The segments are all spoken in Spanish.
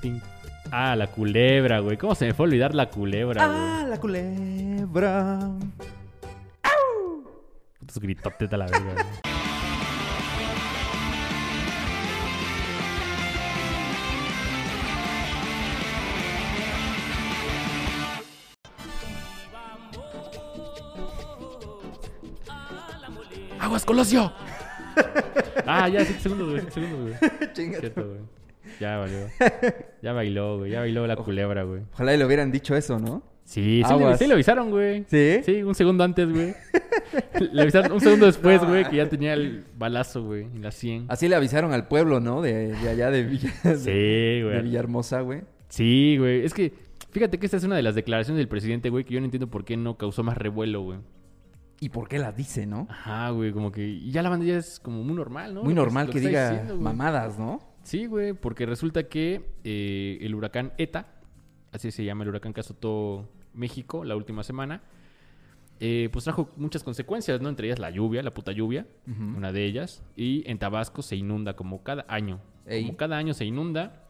Pin- Ah, la culebra, güey. ¿Cómo se me fue a olvidar la culebra, Ah, la culebra. güey? Putos gritotes a la verga, güey. ¡Aguas, Colosio! Ah, ya, 7 segundos, güey. 7 segundos, güey. Chinga Cierto, tu- güey. Ya valió. Ya bailó, güey. Ya bailó la culebra, güey. Ojalá y le hubieran dicho eso, ¿no? Sí, sí le, Aguas. sí le avisaron, güey. ¿Sí? Sí, un segundo antes, güey. Le avisaron un segundo después, güey, que ya tenía el balazo, güey, en la 100. Así le avisaron al pueblo, ¿no? De, de allá de Villa... Sí, de güey. Villahermosa, güey. Sí, güey. Es que, fíjate que esta es una de las declaraciones del presidente, güey, que yo no entiendo por qué no causó más revuelo, güey. ¿Y por qué la dice, no? Ajá, güey, como que y ya la banda ya es como muy normal, Ah, ¿no? Muy Lo normal lo que está diga diciendo, güey. mamadas, ¿no? Sí, güey, porque resulta que eh, el huracán ETA, así se llama el huracán que azotó México la última semana, eh, pues trajo muchas consecuencias, ¿no? Entre ellas la lluvia, la puta lluvia, Ujú. una de ellas. Y en Tabasco se inunda como cada año. Ey. Como cada año se inunda.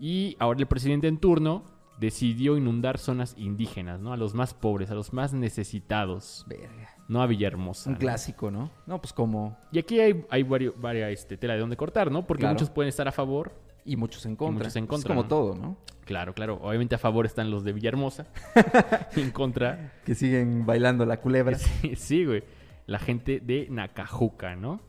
Y ahora el presidente en turno decidió inundar zonas indígenas, ¿no? A los más pobres, a los más necesitados, Verga. no a Villahermosa. Un ¿no? clásico, ¿no? No, pues como... Y aquí hay, hay varios, varias este, tela de donde cortar, ¿no? Porque Claro. muchos pueden estar a favor, Y muchos en contra. muchos en Es contra, como ¿no? todo, ¿no? Claro, claro. Obviamente a favor están los de Villahermosa. en contra. Que siguen bailando la culebra. Sí, sí, güey. La gente de Nacajuca, ¿no?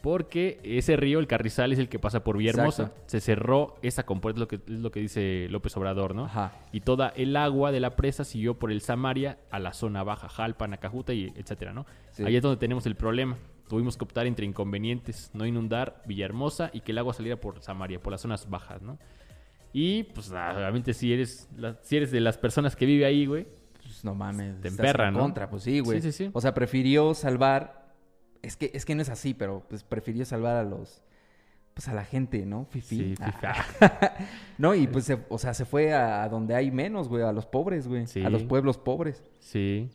Porque ese río, el Carrizal, es el que pasa por Villahermosa. Exacto. Se cerró esa compuerta, es lo que, es lo que dice López Obrador, ¿no? Ajá. Y toda el agua de la presa siguió por el Samaria a la zona baja, Jalpa, Nacajuta y etcétera, ¿no? Sí. Ahí es donde tenemos el problema. Tuvimos que optar entre inconvenientes, no inundar Villahermosa y que el agua saliera por Samaria, por las zonas bajas, ¿no? Y pues nada, obviamente si eres, la- si eres de las personas que vive ahí, güey. Pues no mames. Te estás emperra, en ¿no? contra, pues sí, güey. Sí, sí, sí. O sea, prefirió salvar... Es que, es que no es así, pero pues prefirió salvar a los... Pues a la gente, ¿no? Fifi. Sí, Ah, FIFA. No, y pues, se- o sea, se fue a donde hay menos, güey. A los pobres, güey. Sí. A los pueblos pobres. Sí.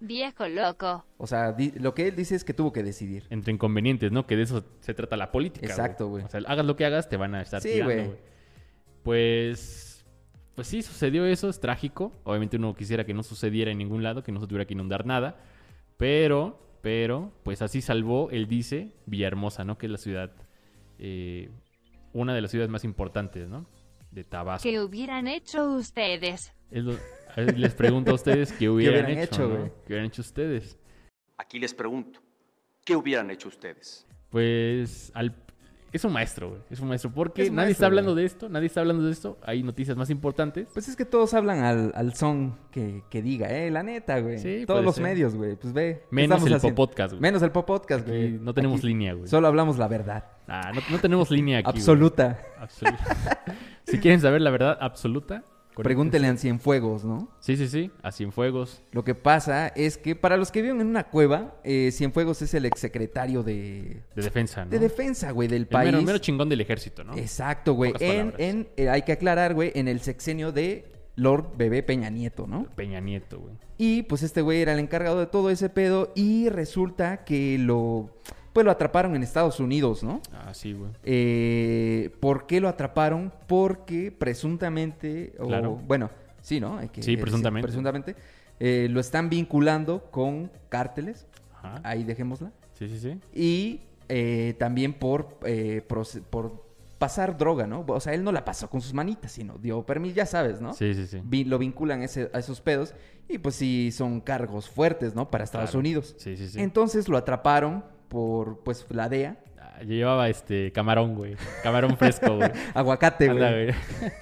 Viejo loco. O sea, di- lo que él dice es que tuvo que decidir. Entre inconvenientes, ¿no? Que de eso se trata la política. Exacto, güey. O sea, hagas lo que hagas, te van a estar Sí, tirando, güey. güey. Pues. Pues sí, sucedió eso, es trágico. Obviamente uno quisiera que no sucediera en ningún lado, que no se tuviera que inundar nada. Pero, pero, pues así salvó, él dice, Villahermosa, ¿no? Que es la ciudad. eh, una de las ciudades más importantes, ¿no? De Tabasco. ¿Qué hubieran hecho ustedes? Es lo- a ver, les pregunto a ustedes qué hubieran, hubieran hecho, hecho, ¿no? güey? ¿Qué hubieran hecho ustedes? Aquí les pregunto, ¿qué hubieran hecho ustedes? Pues al... es un maestro, güey. Es un maestro. Porque Es un nadie maestro, está hablando güey. de esto, nadie está hablando de esto. Hay noticias más importantes. Pues es que todos hablan al, al son que, que diga, eh, la neta, güey. Sí, todos puede los ser. medios, güey. Pues ve. ¿qué Menos estamos el haciendo? Popodcast, güey. Menos el podcast, Aquí güey. no tenemos Aquí línea, güey. Solo hablamos la verdad. Ah, no, no tenemos línea aquí. güey. absoluta. Absoluta. si quieren saber la verdad absoluta, conéctense. Pregúntenle a Cienfuegos, ¿no? Sí, sí, sí. A Cienfuegos. Lo que pasa es que para los que viven en una cueva, eh, Cienfuegos es el exsecretario de, De defensa, ¿no? de defensa, güey, El del mero, país. mero chingón del ejército, ¿no? Exacto, güey. Pocas En, palabras. en, eh, hay que aclarar, güey, en el sexenio de Lord Bebé Peña Nieto, ¿no? Peña Nieto, güey. Y pues este güey era el encargado de todo ese pedo y resulta que lo pues lo atraparon en Estados Unidos, ¿no? Ah, sí, güey. Eh, ¿Por qué lo atraparon? Porque presuntamente, o, Claro. bueno, sí, ¿no? Hay que Sí, decir, presuntamente. presuntamente eh, lo están vinculando con cárteles, Ajá. ahí dejémosla, Sí, sí, sí. y eh, también por, eh, proce- por pasar droga, ¿no? O sea, él no la pasó con sus manitas, sino dio permiso, ya sabes, ¿no? Sí, sí, sí. vi- lo vinculan ese- a esos pedos y pues sí son cargos fuertes, ¿no? Para Estados Claro. Unidos. Sí, sí, sí. Entonces lo atraparon por pues la DEA, Ah, yo llevaba este camarón, güey. Camarón fresco, güey. aguacate, Anda, Este, güey. güey.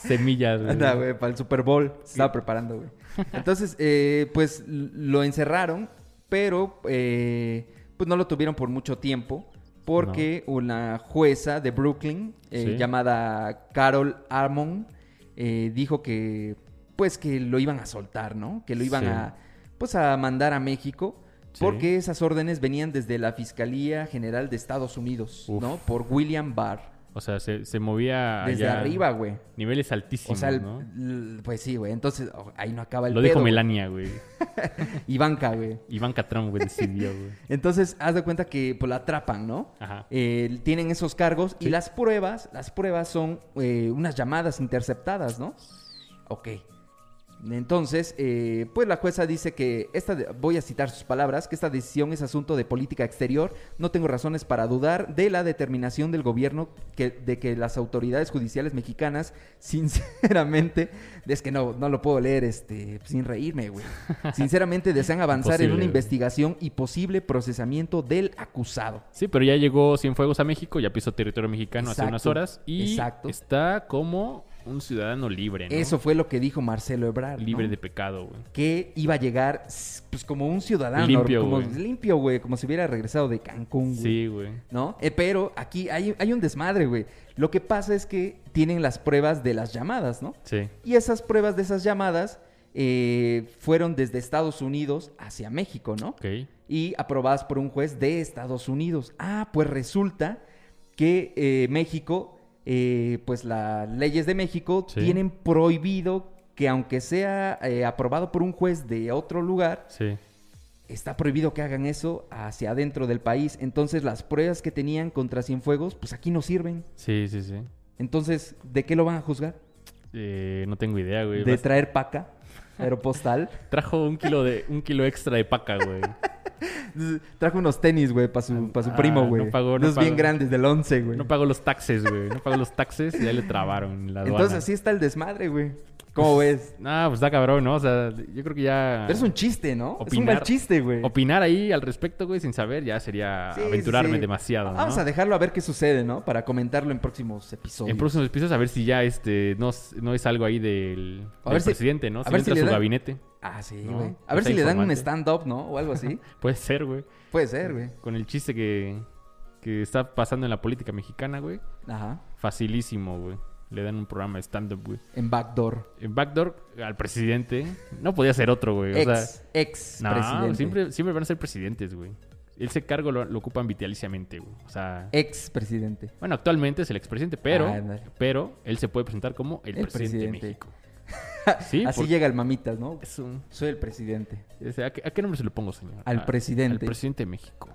Semillas, güey. Anda, güey, para el Super Bowl. Se estaba preparando, güey. Entonces, eh, pues l- lo encerraron, pero eh, pues no lo tuvieron por mucho tiempo porque una jueza de Brooklyn eh, Sí. llamada Carol Armon eh, dijo que pues que lo iban a soltar, ¿no? Que lo iban Sí. a pues a mandar a México Sí. porque esas órdenes venían desde la Fiscalía General de Estados Unidos, Uf. Ah, ¿no? Por William Barr. O sea, se, se movía Desde allá arriba, güey. Niveles O altísimos, sea, el- ¿no? l- pues sí, güey. Entonces, oh, ahí no acaba el Lo dijo pedo, güey. Melania, güey. Ivanka, güey. Iván Catrón, güey, decidió, güey. Entonces, haz de cuenta que pues, la atrapan, ¿no? Ajá. Eh, tienen esos cargos y las pruebas, las pruebas son eh, unas llamadas interceptadas, ¿no? Ok. Entonces, eh, pues la jueza dice que esta, de- voy a citar sus palabras, que esta decisión es asunto de política exterior. No tengo razones para dudar de la determinación del gobierno que, de que las autoridades judiciales mexicanas, sinceramente, es que no, no lo puedo leer, este, sin reírme, güey. Sinceramente desean avanzar en Imposible, una güey. investigación y posible procesamiento del acusado. Sí, pero ya llegó Cienfuegos a México, ya pisó territorio mexicano hace Exacto, unas horas y exacto. está como un ciudadano libre, ¿no? Eso fue lo que dijo Marcelo Ebrard. ¿no? Libre de pecado, güey. Que iba a llegar pues como un ciudadano. Limpio, como güey. limpio, güey. Como si hubiera regresado de Cancún, güey. Sí, güey. ¿No? Eh, pero aquí hay, hay un desmadre, güey. Lo que pasa es que tienen las pruebas de las llamadas, ¿no? Sí. Y esas pruebas de esas llamadas eh, fueron desde Estados Unidos hacia México, ¿no? Ok. y aprobadas por un juez de Estados Unidos. Ah, pues resulta que eh, México, eh, pues las leyes de México Sí. tienen prohibido que aunque sea eh, aprobado por un juez de otro lugar, Sí. está prohibido que hagan eso hacia adentro del país. Entonces las pruebas que tenían contra Cienfuegos, pues aquí no sirven. Sí, sí, sí. Entonces, ¿de qué lo van a juzgar? Eh, no tengo idea, güey. De Bast- traer paca, aeropostal. Trajo un kilo de un kilo extra de paca, güey. Trajo unos tenis, güey, para su, pa' su Ah, primo, no güey. pagó, no Unos bien pagó. grandes, del 11, güey. No pagó los taxes, güey. No pagó los taxes y ya le trabaron la aduana. Entonces así está el desmadre, güey. ¿Cómo ves? Ah, pues está cabrón, ¿no? O sea, yo creo que ya... Pero es un chiste, ¿no? es un mal chiste, güey. Ah. Opinar ahí al respecto, güey, sin saber, ya sería Sí, aventurarme sí. Ah, demasiado, ¿no? Vamos a dejarlo a ver qué sucede, ¿no? Para comentarlo en próximos episodios. En próximos episodios a ver si ya este no, s- no es algo ahí del, A del ver si- presidente, ¿no? a Si ver entra a si le su dan- gabinete. Ah, sí, No, güey. pues A ver está si le dan un informante. stand-up, ¿no? O algo así. Puede ser, güey. Puede ser, güey. Con el chiste que, que está pasando en la política mexicana, güey. Ajá. Facilísimo, güey. Le dan un programa de stand-up, güey. En backdoor. En Backdoor, al presidente, no podía ser otro, güey. O Ex, sea, ex no, presidente. siempre, siempre van a ser presidentes, güey. Ese cargo lo, lo ocupan vitaliciamente, güey. O sea, Ex presidente. bueno, actualmente es el expresidente, pero, Eh. Ah, ándale. pero él se puede presentar como el, El presidente, de presidente. México. Sí, así porque llega el mamitas, ¿no? es un- Soy el presidente. es- ¿a, qué, a qué nombre se lo pongo, señor? Al A- presidente. Al presidente de México.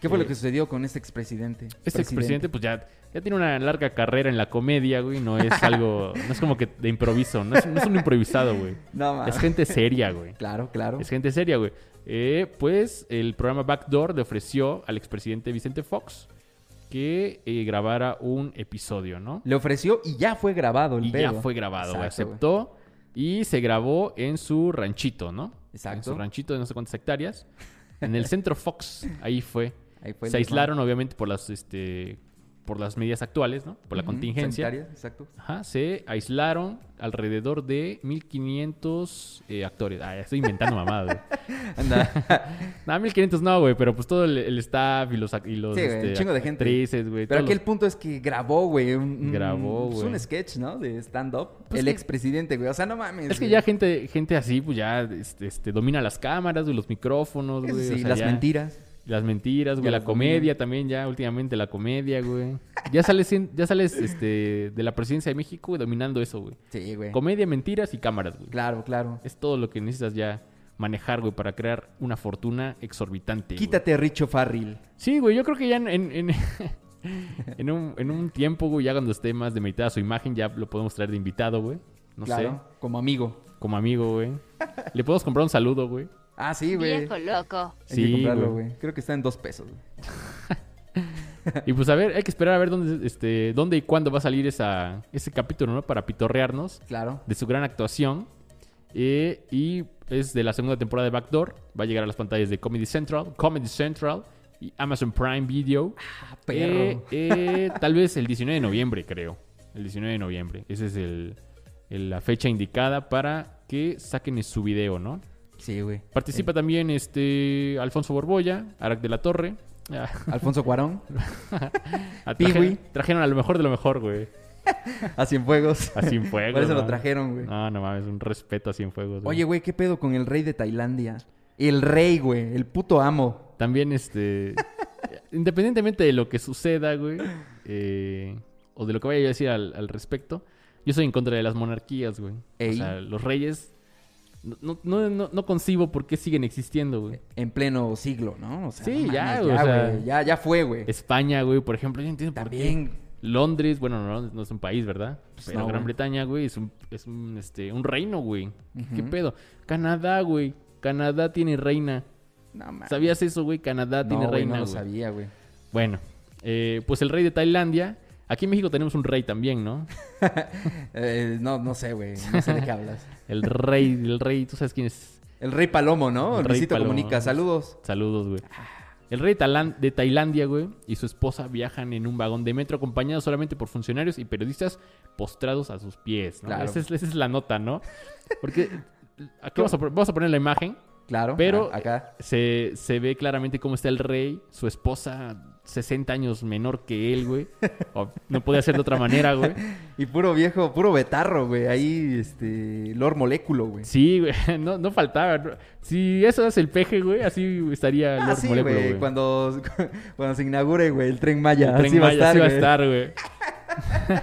¿Qué fue Eh, lo que sucedió con este expresidente? Este expresidente, pues ya, ya tiene una larga carrera en la comedia, güey. No es algo. no es como que de improviso. No es, no es un improvisado, güey. No, mames. Es gente seria, güey. Claro, claro. Es gente seria, güey. Eh, pues el programa Backdoor le ofreció al expresidente Vicente Fox que eh, grabara un episodio, ¿no? Le ofreció y ya fue grabado el Y ya pedo. fue grabado, güey. Exacto, Aceptó y se grabó en su ranchito, ¿no? Exacto. En su ranchito de no sé cuántas hectáreas. En el centro Fox, ahí fue. Ahí fue el se desmadre. aislaron, obviamente, por las, este, por las medidas actuales, ¿no? Por la Ujú, contingencia. sanitarias, exacto. Ajá, se aislaron alrededor de 1500 eh, actores. Ah, ya estoy inventando mamadas, güey. Anda. Nah, 1500 no, güey, pero pues todo el, el staff y los, ac- y los Sí, güey, este, un chingo de gente. actrices, güey. Pero todos aquí el los- punto es que grabó, güey. Un, un- Grabó, pues, güey. un sketch, ¿no? De stand-up. Pues el que- expresidente, güey. O sea, no mames. Es que güey. ya gente, gente así, pues ya este, este, domina las cámaras, güey, los micrófonos, Eso güey. o sí, sea, las ya- mentiras. Las mentiras, güey. Ya La las comedia domina. también, ya últimamente la comedia, güey. Ya sales, en- ya sales este, de la presidencia de México güey, dominando eso, güey. Sí, güey. Comedia, mentiras y cámaras, güey. Claro, claro. Es todo lo que necesitas ya manejar, güey, para crear una fortuna exorbitante. güey. Quítate, Richo Farril. Sí, güey, yo creo que ya en, en, en- en un, en un tiempo, güey, ya cuando esté más demeritada su imagen, ya lo podemos traer de invitado, güey. No claro. Como amigo. sé, como amigo, güey. Le podemos comprar un saludo, güey. Ah, sí, güey. viejo loco, Hay que Sí, comprarlo, güey. güey. Creo que está en dos pesos, güey. Y pues a ver, hay que esperar a ver dónde, este, dónde y cuándo va a salir esa, ese capítulo, ¿no? Para pitorrearnos Claro. de su gran actuación. Eh, y es de la segunda temporada de Backdoor. Va a llegar a las pantallas de Comedy Central, Comedy Central y Amazon Prime Video. Ah, perro. Eh, eh, tal vez el 19 de noviembre, creo. El 19 de noviembre. Esa es el- el- la fecha indicada para que saquen su video, ¿no? Sí, güey. Participa Eh. también este Alfonso Borboya, Arac de la Torre. Ah, Eh, Alfonso Cuarón. ah, Piwi. trajeron, trajeron a lo mejor de lo mejor, güey. A Cienfuegos. A Cienfuegos. Por eso no lo trajeron, güey. No, no mames, un respeto a Cienfuegos. güey. Oye, güey, ¿qué pedo con el rey de Tailandia? El rey, güey. El puto amo. También, este. independientemente de lo que suceda, güey. eh, o de lo que vaya yo a decir al, al respecto, yo soy en contra de las monarquías, güey. O Ey. sea, los reyes. No, no- no, no, no concibo por qué siguen existiendo, güey. En pleno siglo, ¿no? O sea, Sí, no ya, mames, güey, o sea- güey, ya, ya fue, güey. España, güey, por ejemplo, yo no entiendo por qué. También. Londres, bueno, no, no es un país, ¿verdad? Pues Pero no, Gran güey. Bretaña, güey, es un, es un, este, un reino, güey. ¿Qué pedo? Canadá, güey. Canadá tiene reina. No, mames. ¿Sabías eso, güey? Canadá Ah. No, tiene güey, reina, No lo güey. sabía, güey. Bueno, eh, pues el rey de Tailandia. Aquí en México tenemos un rey también, ¿no? Eh, no, no sé, güey. No sé de qué hablas. El rey, el rey, tú sabes quién es. El Rey Palomo, ¿no? El El Rey Luisito Palomo. Comunica. Saludos. Saludos, güey. El rey de Tailan- de Tailandia, güey, y su esposa viajan en un vagón de metro acompañados solamente por funcionarios y periodistas postrados a sus pies, ¿no? Claro. Esa, es, esa es la nota, ¿no? Porque aquí vamos a, pon- vamos a poner la imagen. Claro. Pero- a- Acá. Se, se ve claramente cómo está el rey, su esposa 60 años menor que él, güey. O no podía ser de otra manera, güey. Y puro viejo, puro betarro, güey. Ahí, este. Lord Moléculo, güey. Sí, güey, no, no faltaba. ¿no? Si eso es el peje, güey, así estaría Ah, Lord sí, Molecular, güey. güey. Cuando, cuando se inaugure, güey, el tren Maya. El Tren así Maya, así va va a a estar, estar, güey. güey.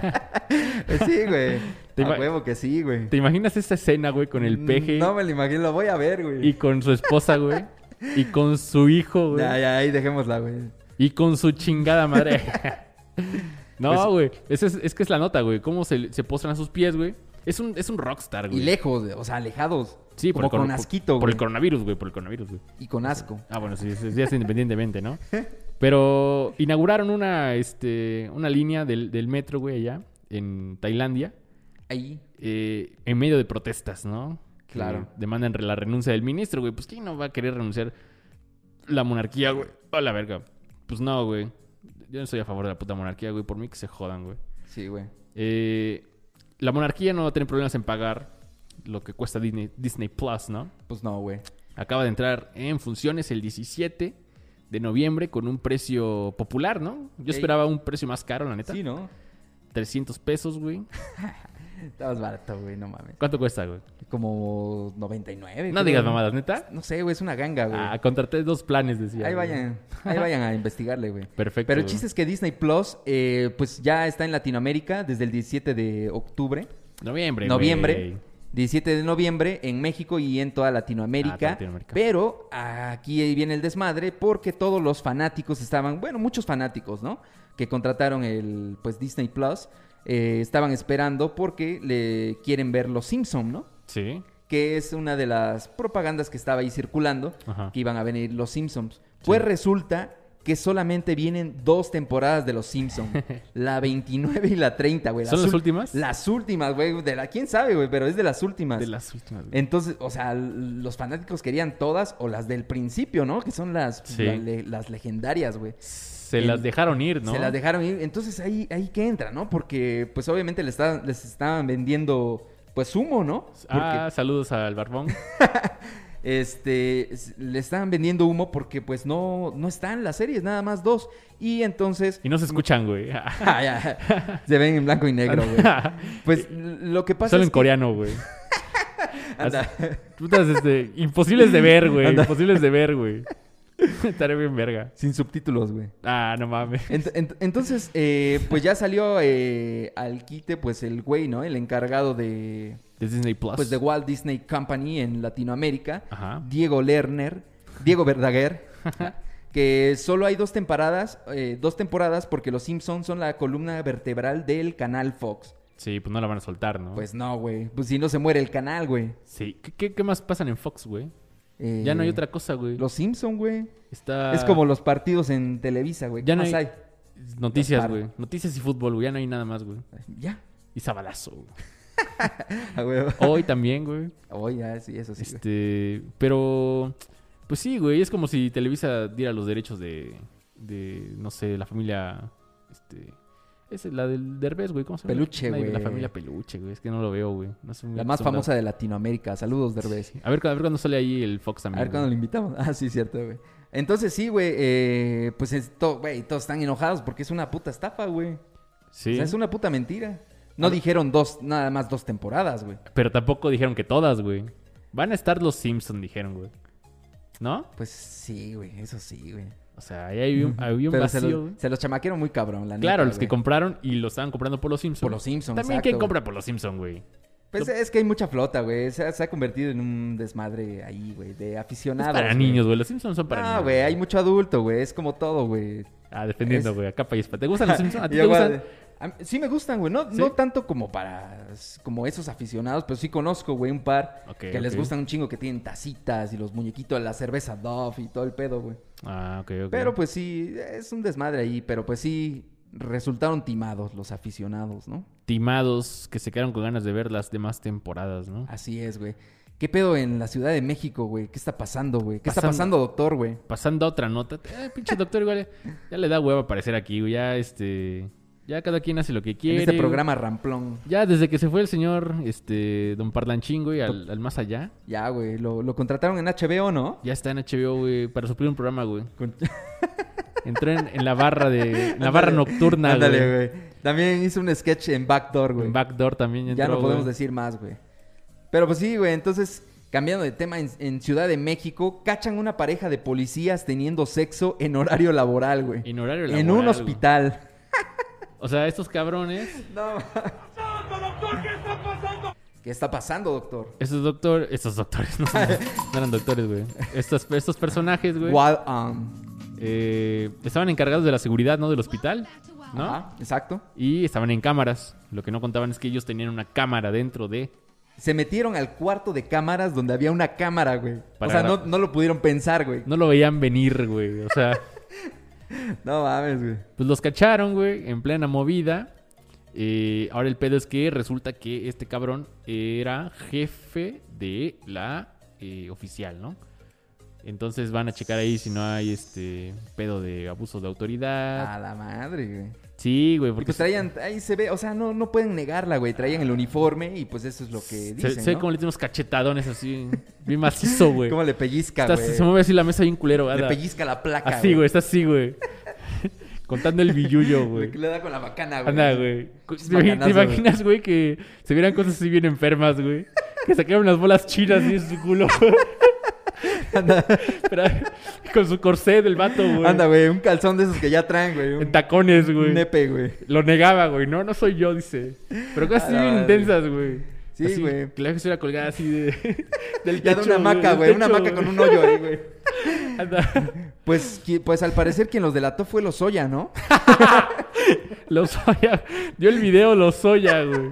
Te Sí, güey. ima- A huevo que sí, güey. ¿Te imaginas esa escena, güey, con el peje Mm, No me lo imagino, lo voy a ver, güey. y con su esposa, güey? Y con su hijo, güey. Ya, ya, ahí dejémosla, güey. Y con su chingada madre. Pues- no, güey. esa Es, es que es la nota, güey. Cómo se, se postran a sus pies, güey. Es un, es un rockstar, Y güey. lejos, güey, o sea, alejados. Sí, por como el cor- con asquito, por, por güey. el coronavirus, güey. Por el coronavirus, güey. Y con asco. Ah, bueno, sí, sí, sí, es independientemente, ¿no? Pero inauguraron una, este, una línea del, del metro, güey, allá, en Tailandia, Ahí. eh, en medio de protestas, ¿no? Que Claro. Demandan la renuncia del ministro, güey. Pues ¿quién no va a querer renunciar la monarquía, güey? A la verga. Pues no, güey. Yo no estoy a favor de la puta monarquía, güey. Por mí que se jodan, güey. Sí, güey. Eh, la monarquía no va a tener problemas en pagar lo que cuesta Disney, Disney Plus, ¿no? Pues no, güey. Acaba de entrar en funciones el 17 de noviembre con un precio popular, ¿no? Yo Ey. esperaba un precio más caro, la neta. Sí, ¿no? 300 pesos, güey. Estabas barato, güey, no mames. ¿Cuánto cuesta, güey? Como 99. No creo. digas mamadas, neta. No sé, güey, es una ganga, güey. Ah, contraté dos planes, decía. ahí güey. vayan, ahí vayan a investigarle, güey. Perfecto. Pero el güey. chiste es que Disney Plus, eh, pues ya está en Latinoamérica desde el 17 de octubre. Noviembre, noviembre. güey. 17 de noviembre en México y en toda Latinoamérica. Ah, toda Latinoamérica. Pero aquí viene el desmadre porque todos los fanáticos estaban, bueno, muchos fanáticos, ¿no? Que contrataron el pues Disney Plus, eh, estaban esperando porque le quieren ver Los Simpson, ¿no? Sí. Que es una de las propagandas que estaba ahí circulando, Ajá. que iban a venir Los Simpsons. Pues resulta que solamente vienen dos temporadas de Los Simpsons. la 29 y la 30, güey. ¿Son las ul- últimas? Las últimas, güey. De la, ¿Quién sabe, güey? Pero es de las últimas. De las últimas, güey. Entonces, o sea, l- los fanáticos querían todas o las del principio, ¿no? Que son las, Sí. la- le- las legendarias, güey. Se en- las dejaron ir, ¿no? Se las dejaron ir. Entonces ahí, ahí que entra, ¿no? Porque, pues obviamente les, está- les estaban vendiendo, pues humo, ¿no? Porque, Ah, saludos al Barbón. este, s- le estaban vendiendo humo porque, pues no, no están las series, nada más dos. Y entonces... Y no se escuchan, güey. Ah, ya. se ven en blanco y negro, güey. Pues lo que pasa Solo es en que... coreano, güey. Anda. Putas, este, imposibles de ver, güey. Imposibles de ver, güey. Estaré bien verga. Sin subtítulos, güey. Ah, no mames. Ent- ent- entonces, eh, pues ya salió eh, al quite, pues el güey, ¿no? El encargado de, De Disney Plus. pues, de Walt Disney Company en Latinoamérica, Ajá. Diego Lerner, Diego Verdaguer, que solo hay dos temporadas, eh, dos temporadas porque los Simpsons son la columna vertebral del canal Fox. Sí, pues no la van a soltar, ¿no? Pues no, güey. Pues si no se muere el canal, güey. Sí. ¿Qué, qué, qué más pasan en Fox, güey? Eh, Ya no hay otra cosa, güey. Los Simpsons, güey. Está... Es como los partidos en Televisa, güey. Ya no Más hay- Noticias, Los par- güey. Noticias y fútbol, güey. Ya no hay nada más, güey. Ya. Y sabadazo, güey. Ah, güey. Hoy también, güey. Oye, ah, sí, eso sí. güey. Oh. Este... Pero... Pues sí, güey. Es como si Televisa diera los derechos de... De... No sé, la familia... Este... Esa es la del Derbez, güey. ¿Cómo se llama? Peluche, La- La güey. familia Peluche, güey. Es que no lo veo, güey. No soy muy La más acostumbrado. famosa de Latinoamérica. Saludos, Derbez. Sí. A ver, cu- a ver cuándo sale ahí el Fox A también. ver cuándo lo güey. invitamos. Ah, sí, cierto, güey. Entonces sí, güey, eh, pues es to- güey, todos están enojados porque es una puta estafa, güey. Sí. O sea, es una puta mentira. No dijeron dos, nada más dos temporadas, güey. Pero tampoco dijeron que todas, güey. Van a estar los Simpson, dijeron, güey. ¿No? Pues sí, güey, eso sí, güey. O O sea, ahí hay un, había un Pero vacío. se los, güey. se los chamaquearon muy cabrón, la Claro, neta, los que güey. compraron y los estaban comprando por los Simpsons. Por los Simpsons, También, exacto, ¿quién güey. compra por los Simpsons, güey? Pues es que hay mucha flota, güey. Se, ha- se ha convertido en un desmadre ahí, güey, de Es aficionados. para güey. niños, güey. Los Simpsons son para No, niños. güey, hay mucho adulto, güey. Es como todo, güey. Ah, defendiendo, Es- güey. A capa y espada. ¿Te gustan los Simpsons? ¿A ti Yo, te güey, gustan? a mí- Sí me gustan, güey. No, ¿Sí? no tanto como para como esos aficionados, pero sí conozco, güey, un par Ok, que les ok. gustan un chingo que tienen tacitas y los muñequitos, la cerveza Dove y todo el pedo, güey. Ah, ok, ok. Pero pues sí, es un desmadre ahí, pero pues sí resultaron timados los aficionados, ¿no? Timados que se quedaron con ganas de ver las demás temporadas, ¿no? Así es, güey. ¿Qué pedo en la Ciudad de México, güey? ¿Qué está pasando, güey? ¿Qué está Pasando. pasando, doctor, güey? Pasando a otra nota. Eh, pinche doctor, igual ya le da hueva aparecer aquí, güey. Ya, este... Ya cada quien hace lo que En quiere. este güey. programa ramplón. Ya desde que se fue el señor, este... Don Parlanchín, güey, al, al más allá. Ya, güey, lo, lo contrataron en HBO, ¿no? Ya está en HBO, güey, para suplir un programa, güey. Entró en, en la barra de... En la barra nocturna, güey. Ándale, güey. También hizo un sketch en Backdoor, güey. En Backdoor también ya entró, no podemos güey. decir más, güey. Pero pues sí, güey, entonces, cambiando de tema, en, en Ciudad de México, cachan una pareja de policías teniendo sexo en horario laboral, güey. En horario En un laboral, hospital. O sea, estos cabrones, No, ¿Qué está pasando, doctor? estos doctores, estos doctores, no, son- no eran doctores, güey. Estos, estos personajes, güey, Wild, um, eh, estaban encargados de la seguridad, ¿no? Del hospital, ¿no? ajá, exacto. Y estaban en cámaras. Lo que no contaban es que ellos tenían una cámara dentro de... Se metieron al cuarto de cámaras donde había una cámara, güey. O Para sea, no, gra- no lo pudieron pensar, güey. No lo veían venir, güey. O sea, No mames, güey. pues los cacharon, güey, en plena movida. Eh, ahora el pedo es que resulta que este cabrón era jefe de la eh, oficial, ¿no? Entonces van a checar ahí si no hay este pedo de abuso de autoridad. A la madre, güey. Sí, güey, Y porque Ah. pues traían, ahí se ve, o sea, no, no pueden negarla, güey. Traían el uniforme y pues eso es lo que se, dicen, se ve ¿no? como le tiene unos cachetadones así, bien macizo, güey. Cómo le pellizca, Está- güey. se mueve así la mesa bien culero, Le ada. pellizca la placa, Así, güey, está así, güey. Contando el billullo, Le, güey. le da con la bacana, güey. Anda, güey. ¿Te imag- Es ¿Te bacanazo, imaginas, güey, que se vieran cosas así bien enfermas, güey? Que sacaron unas bolas chinas y en su culo, güey. Pero, con su corset del vato, güey. Anda, güey, un calzón de esos que ya traen, güey. Un En tacones, un güey. nepe, güey. Lo negaba, güey. No, no soy yo, dice. Pero cosas así A la bien madre. intensas, güey. Sí, Así, güey. Que la se colgada así de. Del Ya de una hamaca, güey. Una hamaca con un hoyo ahí, güey. un. Pues, qui- pues al parecer quien los delató fue Lozoya, ¿no? Los soya. Dio el video, los soya, güey.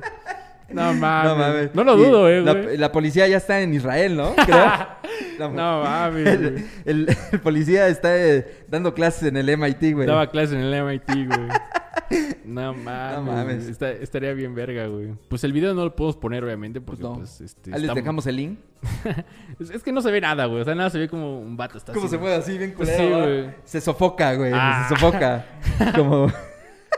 No mames. Ah, No, lo Y dudo, eh, la, güey. la policía ya está en Israel, ¿no? Creo. La- No mames. El, güey. el- el policía está eh, dando clases en el MIT, güey. Daba clase en el MIT, güey. No mames. mames. güey. Está- estaría bien verga, güey. Pues el video no lo podemos poner, obviamente, porque Pues pues, no. este. Ahí les está- dejamos el link. Es, es que no se ve nada, güey. O sea, nada se ve como un vato. Está Cómo así, se güey. mueve así, bien Pues culero. sí, ¿verdad? güey. se sofoca, güey. Ah. Se sofoca. Como...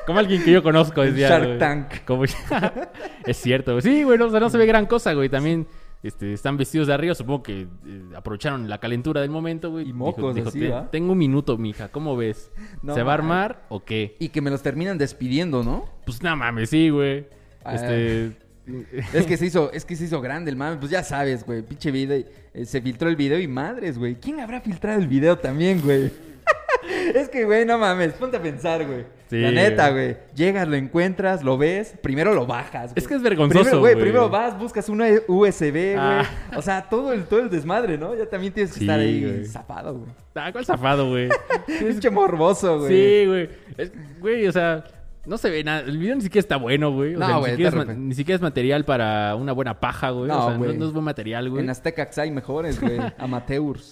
Como alguien que yo conozco El decía. Shark güey. Tank. Como- es cierto, güey. Sí, güey, no, o sea, no se ve gran cosa, güey. También este, están vestidos de arriba, supongo que eh, aprovecharon la calentura del momento, güey. Y mocos así, "Te- ¿va? Tengo un minuto, mija, ¿cómo ves? No ¿Se va a mames. armar o qué? Y que me los terminan despidiendo, ¿no? Pues nada mames, sí, güey. Ah. Este. Es que se hizo, es que se hizo grande el mame. Pues ya sabes, güey. Pinche video. eh, se filtró el video y madres, güey. ¿Quién habrá filtrado el video también, güey? es que, güey, no mames. Ponte a pensar, güey. Sí, La neta, güey. güey. Llegas, lo encuentras, lo ves. Primero lo bajas, güey. Es que es vergonzoso, Primero, güey. güey. Primero vas, buscas una USB, güey. Ah. O sea, todo el, todo el desmadre, ¿no? Ya también tienes que Sí, estar ahí güey. zapado, güey. Ah, ¿Cuál zafado, güey? Pinche morboso, güey. Sí, güey. Es- Güey, o sea, no se ve nada. El video ni siquiera está bueno, güey. O No, sea, ni, güey, siquiera es está ma- re- ni siquiera es material para una buena paja, güey. No, o sea, no, güey. no es buen material, güey. En Aztecas hay mejores, güey. Amateurs.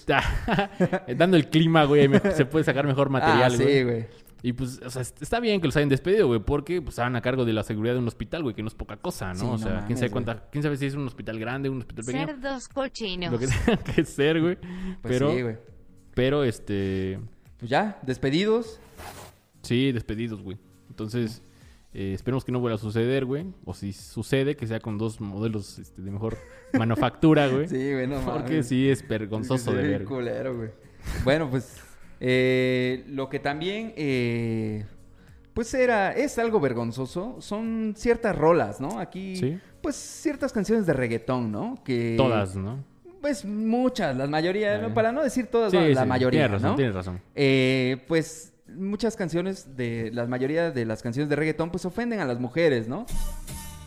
Está- dando el clima, güey, me- se puede sacar mejor material, ah, güey. sí, güey. Y pues, o sea, est- está bien que los hayan despedido, güey, porque pues estaban a cargo de la seguridad de un hospital, güey, que no es poca cosa, ¿no? Sí, o no sea, quién mames, sabe güey. cuánta, quién sabe si es un hospital grande, un hospital pequeño, cerdos cochinos. lo que tenga que ser, güey. Pues pero, sí, güey. pero este, Pues ya, despedidos. sí, despedidos, güey. Entonces, eh, esperemos que no vuelva a suceder, güey. O si sucede, que sea con dos modelos este, de mejor manufactura, güey. Sí, güey, no mames. porque sí es vergonzoso Sí, de sí, ver. güey. culero, güey. Bueno, pues eh, lo que también eh, pues era es algo vergonzoso son ciertas rolas, ¿no? Aquí Sí. pues ciertas canciones de reggaetón, ¿no? Que Todas, ¿no? pues muchas, la mayoría, Eh. ¿no? para no decir todas, Sí, la- la sí, mayoría, Tienes razón, ¿no? tienes razón. Eh, pues muchas canciones de la mayoría de las canciones de reggaetón pues ofenden a las mujeres, ¿no?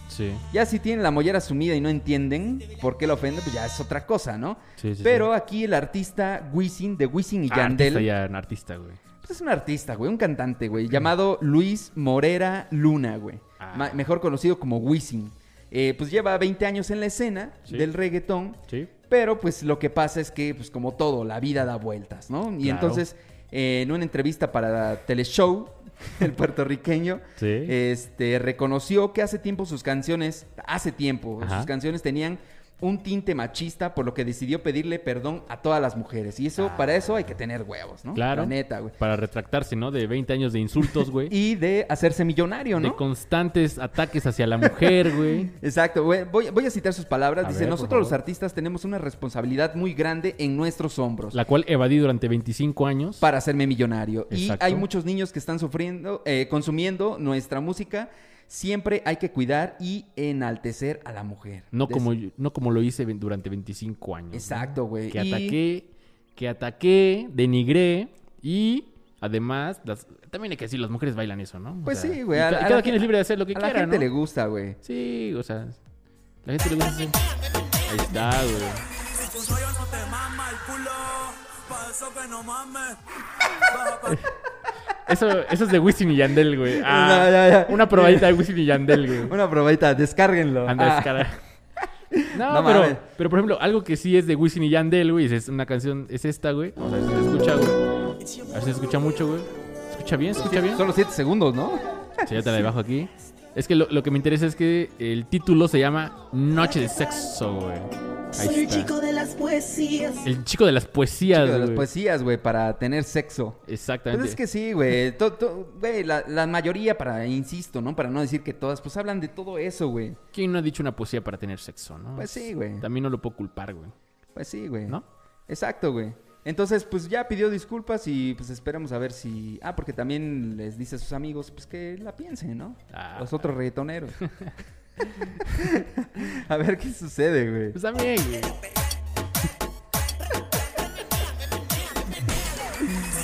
Sí. Ya si tienen la mollera sumida y no entienden por qué la ofende, pues ya es otra cosa, ¿no? Sí, sí, Pero aquí el artista Wisin, de Wisin y Ah, Yandel, Artista ya, un artista, güey. pues, es un artista, güey, un cantante, güey, llamado Luis Morera Luna, güey. Ah. Ma- Mejor conocido como Wisin. Eh, pues lleva 20 años en la escena Sí. del reggaetón Sí. pero pues lo que pasa es que, pues como todo, la vida da vueltas, ¿no? Y Claro. entonces, eh, en una entrevista para Teleshow, el puertorriqueño, Sí. este, reconoció que hace tiempo sus canciones, hace tiempo, Ajá. sus canciones tenían un tinte machista, por lo que decidió pedirle perdón a todas las mujeres. Y eso, para eso hay que tener huevos, ¿no? Ah. Claro. La neta, güey. Para retractarse, ¿no? De 20 años de insultos, güey. Y de hacerse millonario, ¿no? De constantes ataques hacia la mujer, güey. Exacto, voy, voy- voy a citar sus palabras. A Dice, ver, por nosotros los favor. artistas tenemos una responsabilidad muy grande en nuestros hombros. La cual evadí durante 25 años. para hacerme millonario. Exacto. Y hay muchos niños que están sufriendo, eh, consumiendo nuestra música. Siempre hay que cuidar y enaltecer a la mujer. No Des- como, yo- no como lo hice ve- durante 25 años. ¿no? Exacto, güey. Que Y- ataqué, que ataqué, denigré y además, las- también hay que decir, las mujeres bailan eso, ¿no? O Pues sea, sí, güey. y a ca- la- a Cada la quien gen- es libre de hacer lo que A quiera, la gente ¿no? le gusta, güey. Sí, o sea, la gente le gusta hacer- Ahí está, güey. Si tu rollo no te mama el culo, pa' eso que no mames. Baja pa' Eso, eso es de Wisin y Yandel, güey. Ah, No, ya, ya. Una probadita de Wisin y Yandel, güey. Una probadita, descárguenlo. Anda, Ah, descarada. No, No mames. pero, pero por ejemplo, algo que sí es de Wisin y Yandel, güey, es una canción, es esta, güey. Vamos a ver si se escucha, güey. A ver si se escucha mucho, güey. ¿Se ¿Escucha bien? ¿Se ¿Escucha bien? Solo 7 segundos, ¿no? Sí, ya te la debajo aquí. Es que lo, lo que me interesa es que el título se llama Noche de Sexo, güey. Soy Ahí el chico está. de las poesías. El chico de las poesías, Chico de las güey. poesías, güey, para tener sexo. Exactamente. Pues es que sí, güey. To- to- güey, la, la mayoría, para, insisto, ¿no? Para no decir que todas, pues hablan de todo eso, güey. ¿Quién no ha dicho una poesía para tener sexo, no? Pues sí, güey. También no lo puedo culpar, güey. Pues sí, güey. ¿No? Exacto, güey. Entonces, pues ya pidió disculpas y pues esperamos a ver si. Ah, porque también les dice a sus amigos, pues que la piensen, ¿no? Ah. Los otros reggaetoneros. a ver qué sucede, güey. Pues también, güey.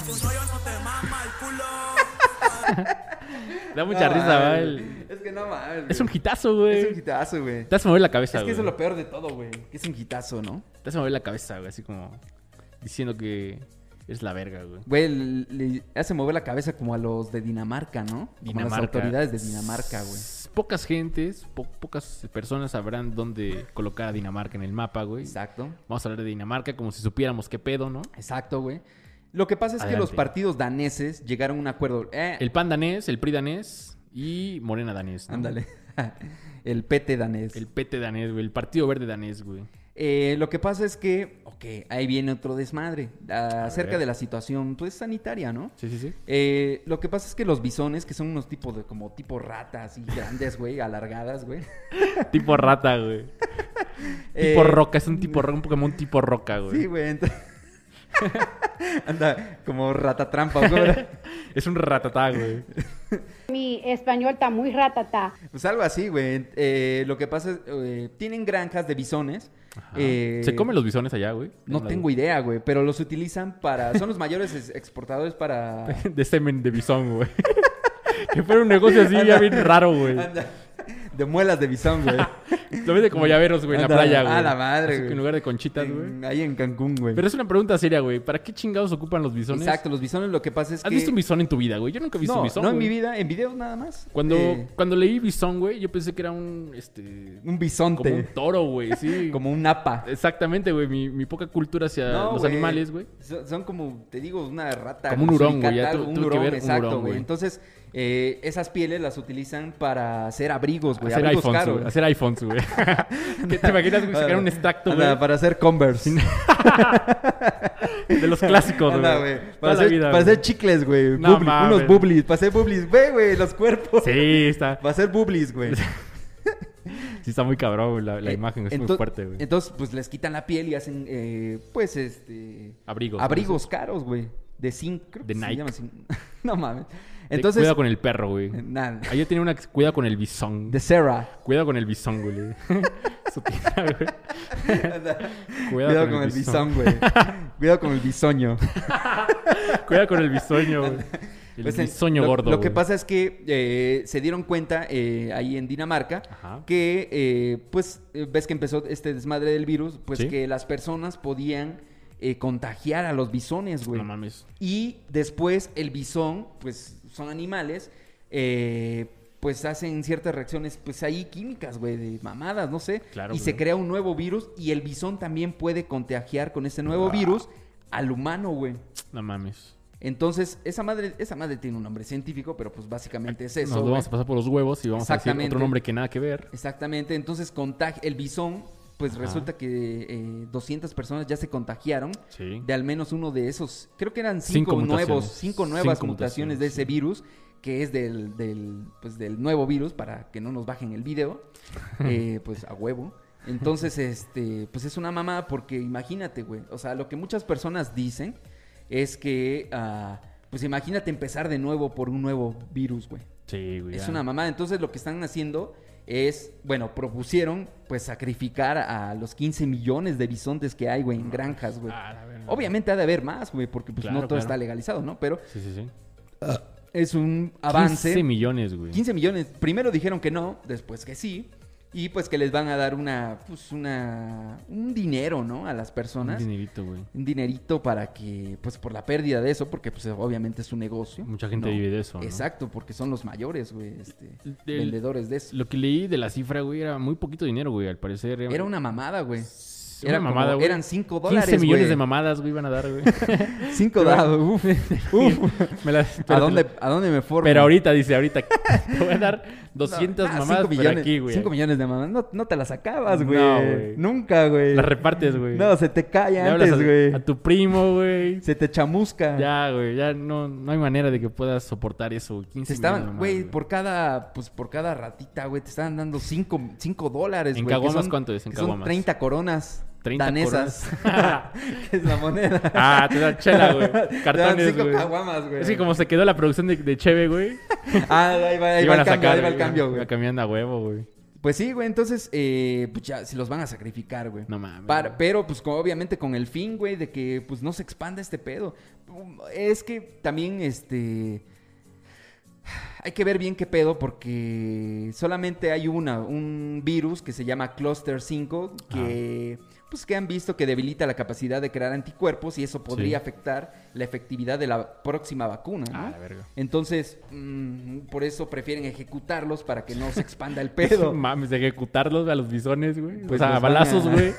tu rollo no te mama el culo. Da mucha No, risa, mames, va. güey. el- Es que no mames. Es un güey. hitazo, güey. Es un hitazo, güey. Te hace mover la cabeza, Es que eso es güey. lo peor de todo, güey. Que es un hitazo, ¿no? Te hace mover la cabeza, güey, así como diciendo que es la verga, güey. Güey, le le hace mover la cabeza como a los de Dinamarca, ¿no? Como a las autoridades de Dinamarca, güey. S- Pocas gentes, po- pocas personas sabrán dónde colocar a Dinamarca en el mapa, güey. Exacto. Vamos a hablar de Dinamarca como si supiéramos qué pedo, ¿no? Exacto, güey. Lo que pasa es que Adelante. los partidos daneses llegaron a un acuerdo. Eh, El PAN danés, el PRI danés y Morena danés, ¿no? Ándale. el PT danés. El PT danés, güey. El Partido Verde danés, güey. Eh, lo que pasa es que, ok, ahí viene otro desmadre ah, acerca ver. de la situación, pues, sanitaria, ¿no? Sí, sí, sí. Eh, lo que pasa es que los bisones, que son unos tipos de, como tipo ratas y grandes, güey, alargadas, güey. tipo rata, güey. Eh, tipo roca, es un tipo roca, un Pokémon tipo roca, güey. Sí, güey. ent- Anda, como ratatrampa, güey. Es un ratatá, güey. Mi español está muy ratatá. Pues algo así, güey. Eh, lo que pasa es, eh, tienen granjas de bisones. Ajá. eh, ¿Se comen los bisones allá, güey? No tengo idea, güey, pero los utilizan para... Son los mayores es- exportadores para... De semen de bisón, güey. que fuera un negocio así ya bien raro, güey. Anda, de muelas de bisón, güey. Lo vende como llaveros, güey, en la Anda, playa, güey. a Ah, la madre, Así que güey. En lugar de conchitas, güey. En- ahí en Cancún, güey. Pero es una pregunta seria, güey. ¿Para qué chingados ocupan los bisones? Exacto, los bisones lo que pasa es ¿Has que... visto un bisón en tu vida, güey? Yo nunca he visto no, un bisón. no en güey. mi vida, en videos nada más. Cuando, Eh, cuando leí bisón, güey, yo pensé que era un, este... un Como un bisonte, toro, güey, sí. como un napa. Exactamente, güey. Mi, mi poca cultura hacia No, los güey. animales, güey. Son, son como, te digo, una rata. Como un hurón, güey, ya suricata, tu- un tuve que hurón, ver un exacto, hurón, güey. güey. Entonces, eh, esas pieles las utilizan para hacer abrigos, güey. Hacer abrigos iPhones, caros. güey. Hacer iPhones, güey. ¿Qué te imaginas, güey? Sacar un extracto, Anda, güey. Para hacer Converse. De los clásicos, Anda, güey. güey. Toda Para, la hacer, vida, para güey. hacer chicles, güey. No Bubli- mames. unos bublis. Para hacer bublis, güey, güey, los cuerpos. Sí, está, Para hacer bublis, güey. sí está muy cabrón, güey, la, la Eh, imagen es muy ento- fuerte, güey. Entonces, pues les quitan la piel y hacen, eh, pues, este. Abrigos. Abrigos caros, güey. De zinc, creo De que se Nike. llama zinc. no mames. Entonces... Entonces. eh, Cuidado con el perro, güey. Ah, Nada. Ayer tenía una... Cuidado con el bisón. De Sarah. Cuidado con el bisón, güey. Su tía, güey. Cuidado, Cuidado con el bisón, güey. Cuidado con el bisoño. Cuidado con el bisoño, güey. El Pues en- bisoño lo- gordo. Lo que güey. pasa es que eh, se dieron cuenta eh, ahí en Dinamarca Ajá. que, eh, pues, eh, ves que empezó este desmadre del virus, pues Sí. que las personas podían eh, contagiar a los bisones, güey. No mames. Y después el bisón, pues son animales, eh, pues hacen ciertas reacciones, pues ahí químicas, güey, de mamadas, no sé. Claro, y güey. se crea un nuevo virus y el bisón también puede contagiar con ese Ah. nuevo virus al humano, güey. No mames. Entonces, esa madre, esa madre tiene un nombre científico, pero pues básicamente es eso. Nos lo güey. vamos a pasar por los huevos y vamos a decir Exactamente. otro nombre que nada que ver. Exactamente, entonces contag- el bisón, pues Ajá. resulta que eh, 200 personas ya se contagiaron Sí. de al menos uno de esos, creo que eran Cinco cinco, nuevos, mutaciones. cinco nuevas Cinco mutaciones, mutaciones, de ese sí. virus, que es del, del, pues, del nuevo virus, para que no nos bajen el video, eh, pues a huevo. Entonces, este, pues es una mamada porque imagínate, güey, o sea, lo que muchas personas dicen es que, ah, pues imagínate empezar de nuevo por un nuevo virus, güey. Sí, güey. Es ya. una mamada. Entonces lo que están haciendo es, bueno, propusieron pues sacrificar a los 15 millones de bisontes que hay, güey, en granjas, güey. Ah, la verga. Obviamente ha de haber más, güey, porque pues Claro, no todo claro. está legalizado, ¿no? Pero Sí, sí, sí. es un avance. 15 millones, güey. 15 millones. Primero dijeron que no, después que sí. Y pues que les van a dar una, pues una, un dinero, ¿no? A las Un personas. dinerito, güey. Un dinerito para que, pues por la pérdida de eso, porque pues obviamente es un negocio. Mucha gente ¿no? vive de eso, ¿no? Exacto, porque son los mayores, güey, este, El- vendedores de eso. Lo que leí de la cifra, güey, era muy poquito dinero, güey. Al parecer. Era una mamada, güey. Era Era como- mamada, güey. eran cinco dólares, millones güey. de mamadas, güey, iban a dar, güey. 5 dados, uf. uf. Me la- ¿A dónde, ¿A dónde me formo? Pero ahorita, dice, ahorita. Te voy a dar 200 mamadas por Ah, millones, aquí, güey. 5 millones de mamadas. No, no te las acabas, No, güey. güey. Nunca, güey. Las repartes, güey. No, se te cae Le hablas antes, a- güey. a, tu primo, güey. Se te chamusca. Ya, güey, ya no, no hay manera de que puedas soportar eso. güey. 15 Se millones estaban, nomás, güey, por cada, pues por cada ratita, güey, te estaban dando 5 dólares, ¿En güey. que caguamas son- cuánto es en que son caguamas? 30 coronas 30 danesas. coronas. que es la moneda. Ah, te dan chela, güey. Te dan Cartones, cinco güey. caguamas, güey. Es que como se quedó la producción de, de Cheve, güey. Ah, ahí va, ahí va iban el a cambio, sacar, ahí va el cambio, Iba güey. cambiando a huevo, güey. Pues sí, güey, entonces, eh, pues ya, se los van a sacrificar, güey. No mames, Para- güey. pero, pues, como obviamente con el fin, güey, de que, pues, no se expanda este pedo. Um, Es que también, este... Hay que ver bien qué pedo, porque solamente hay una, un virus que se llama Cluster 5, que, pues, que han visto que debilita la capacidad de crear anticuerpos y eso podría Sí. afectar la efectividad de la próxima vacuna, ¿no? Ah, la verga. Entonces, mm, por eso prefieren ejecutarlos para que no se expanda el pedo. Mames, ejecutarlos a los bisones, güey. o Pues sea, los van balazos, a- güey.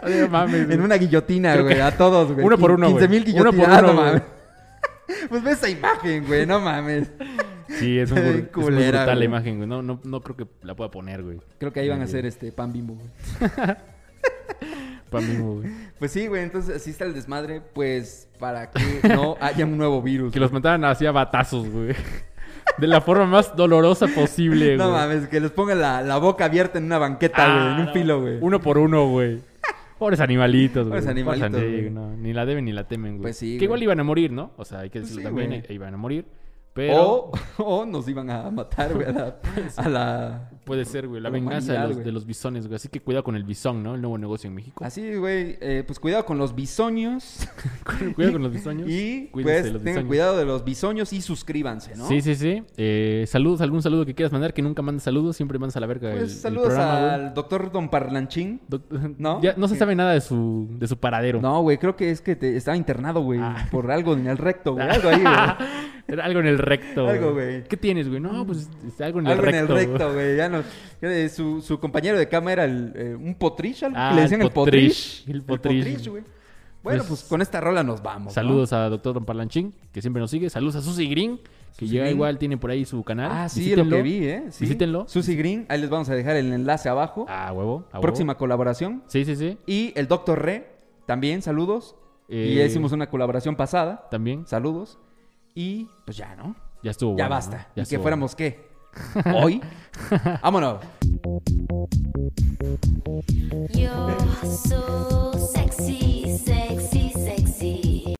Ay, mames, güey. En una guillotina, Creo güey, que- a todos, güey. Uno por uno, 15 mil güey. Uno guillotinas, por ah, uno, no güey. mames. Pues ve esa imagen, güey, no mames. Sí, es, un bur- Ay, es muy culera, brutal la güey. imagen, güey. No, no, no creo que la pueda poner, güey. Creo que ahí van a hacer este pan bimbo, güey. Para mí, güey. Pues sí, güey, entonces así está el desmadre, pues para que no haya un nuevo virus. Que los mataran así a batazos, güey. De la forma más dolorosa posible, güey. no mames, que les pongan la, la boca abierta en una banqueta, Ah, güey, en un no. filo, güey. Uno por uno, güey. Pobres animalitos, güey. Pobres animalitos, Pobres ani- güey. no, ni la deben ni la temen, güey. Pues sí, Que güey. igual iban a morir, ¿no? O sea, hay que Pues decirlo sí, también, güey. eh, iban a morir. Pero O, o nos iban a matar, güey, a la... a la- puede ser, güey, la la venganza de humanidad, los, güey. de los bisones, güey. Así que cuidado con el bisón, ¿no? El nuevo negocio en México. Así, güey, eh, pues cuidado con los bisoños. cuidado con los bisoños. Y Cuídense de pues los tengan bisoños. cuidado de los bisoños y suscríbanse, ¿no? Sí, sí, sí. Eh, saludos, algún saludo que quieras mandar, que nunca mandas saludos, siempre mandas a la verga el- Pues el saludos programa, güey. al doctor Don Parlanchín. Doc- ¿No? Ya no se Sí. sabe nada de su, de su paradero. No, güey, creo que es que te- estaba internado, güey, Ah. por algo en el recto, güey, algo ahí, güey. Era algo en el recto. Algo, güey. ¿Qué tienes, güey? No, pues es algo en el Algo en el recto. güey. recto, güey, ya no. ya de- Su, su compañero de cama era el, eh, un potrish, algo que Ah, le decían el el potrish. potrish, el potrish. güey. Bueno, Pues- pues con esta rola nos vamos. Saludos ¿eh? a Doctor Don Parlanchín, que siempre nos sigue. Saludos a Susy Green, que Suzy llega Green. igual, tiene por ahí su ¿no? canal. Ah, sí, lo Visítenlo. que vi, ¿eh? Sí. Visítenlo. Susi Green, ahí les vamos a dejar el enlace abajo. Ah, huevo. a huevo. Próxima colaboración. Sí, sí, sí. Y el doctor Re, también, saludos. Y Eh, ya hicimos una colaboración pasada. También. Saludos. Y pues ya, ¿no? Ya estuvo. ya bueno, basta. ¿no? Ya y que estuvo fuéramos qué? Hoy. Vámonos. You're so sexy, sexy,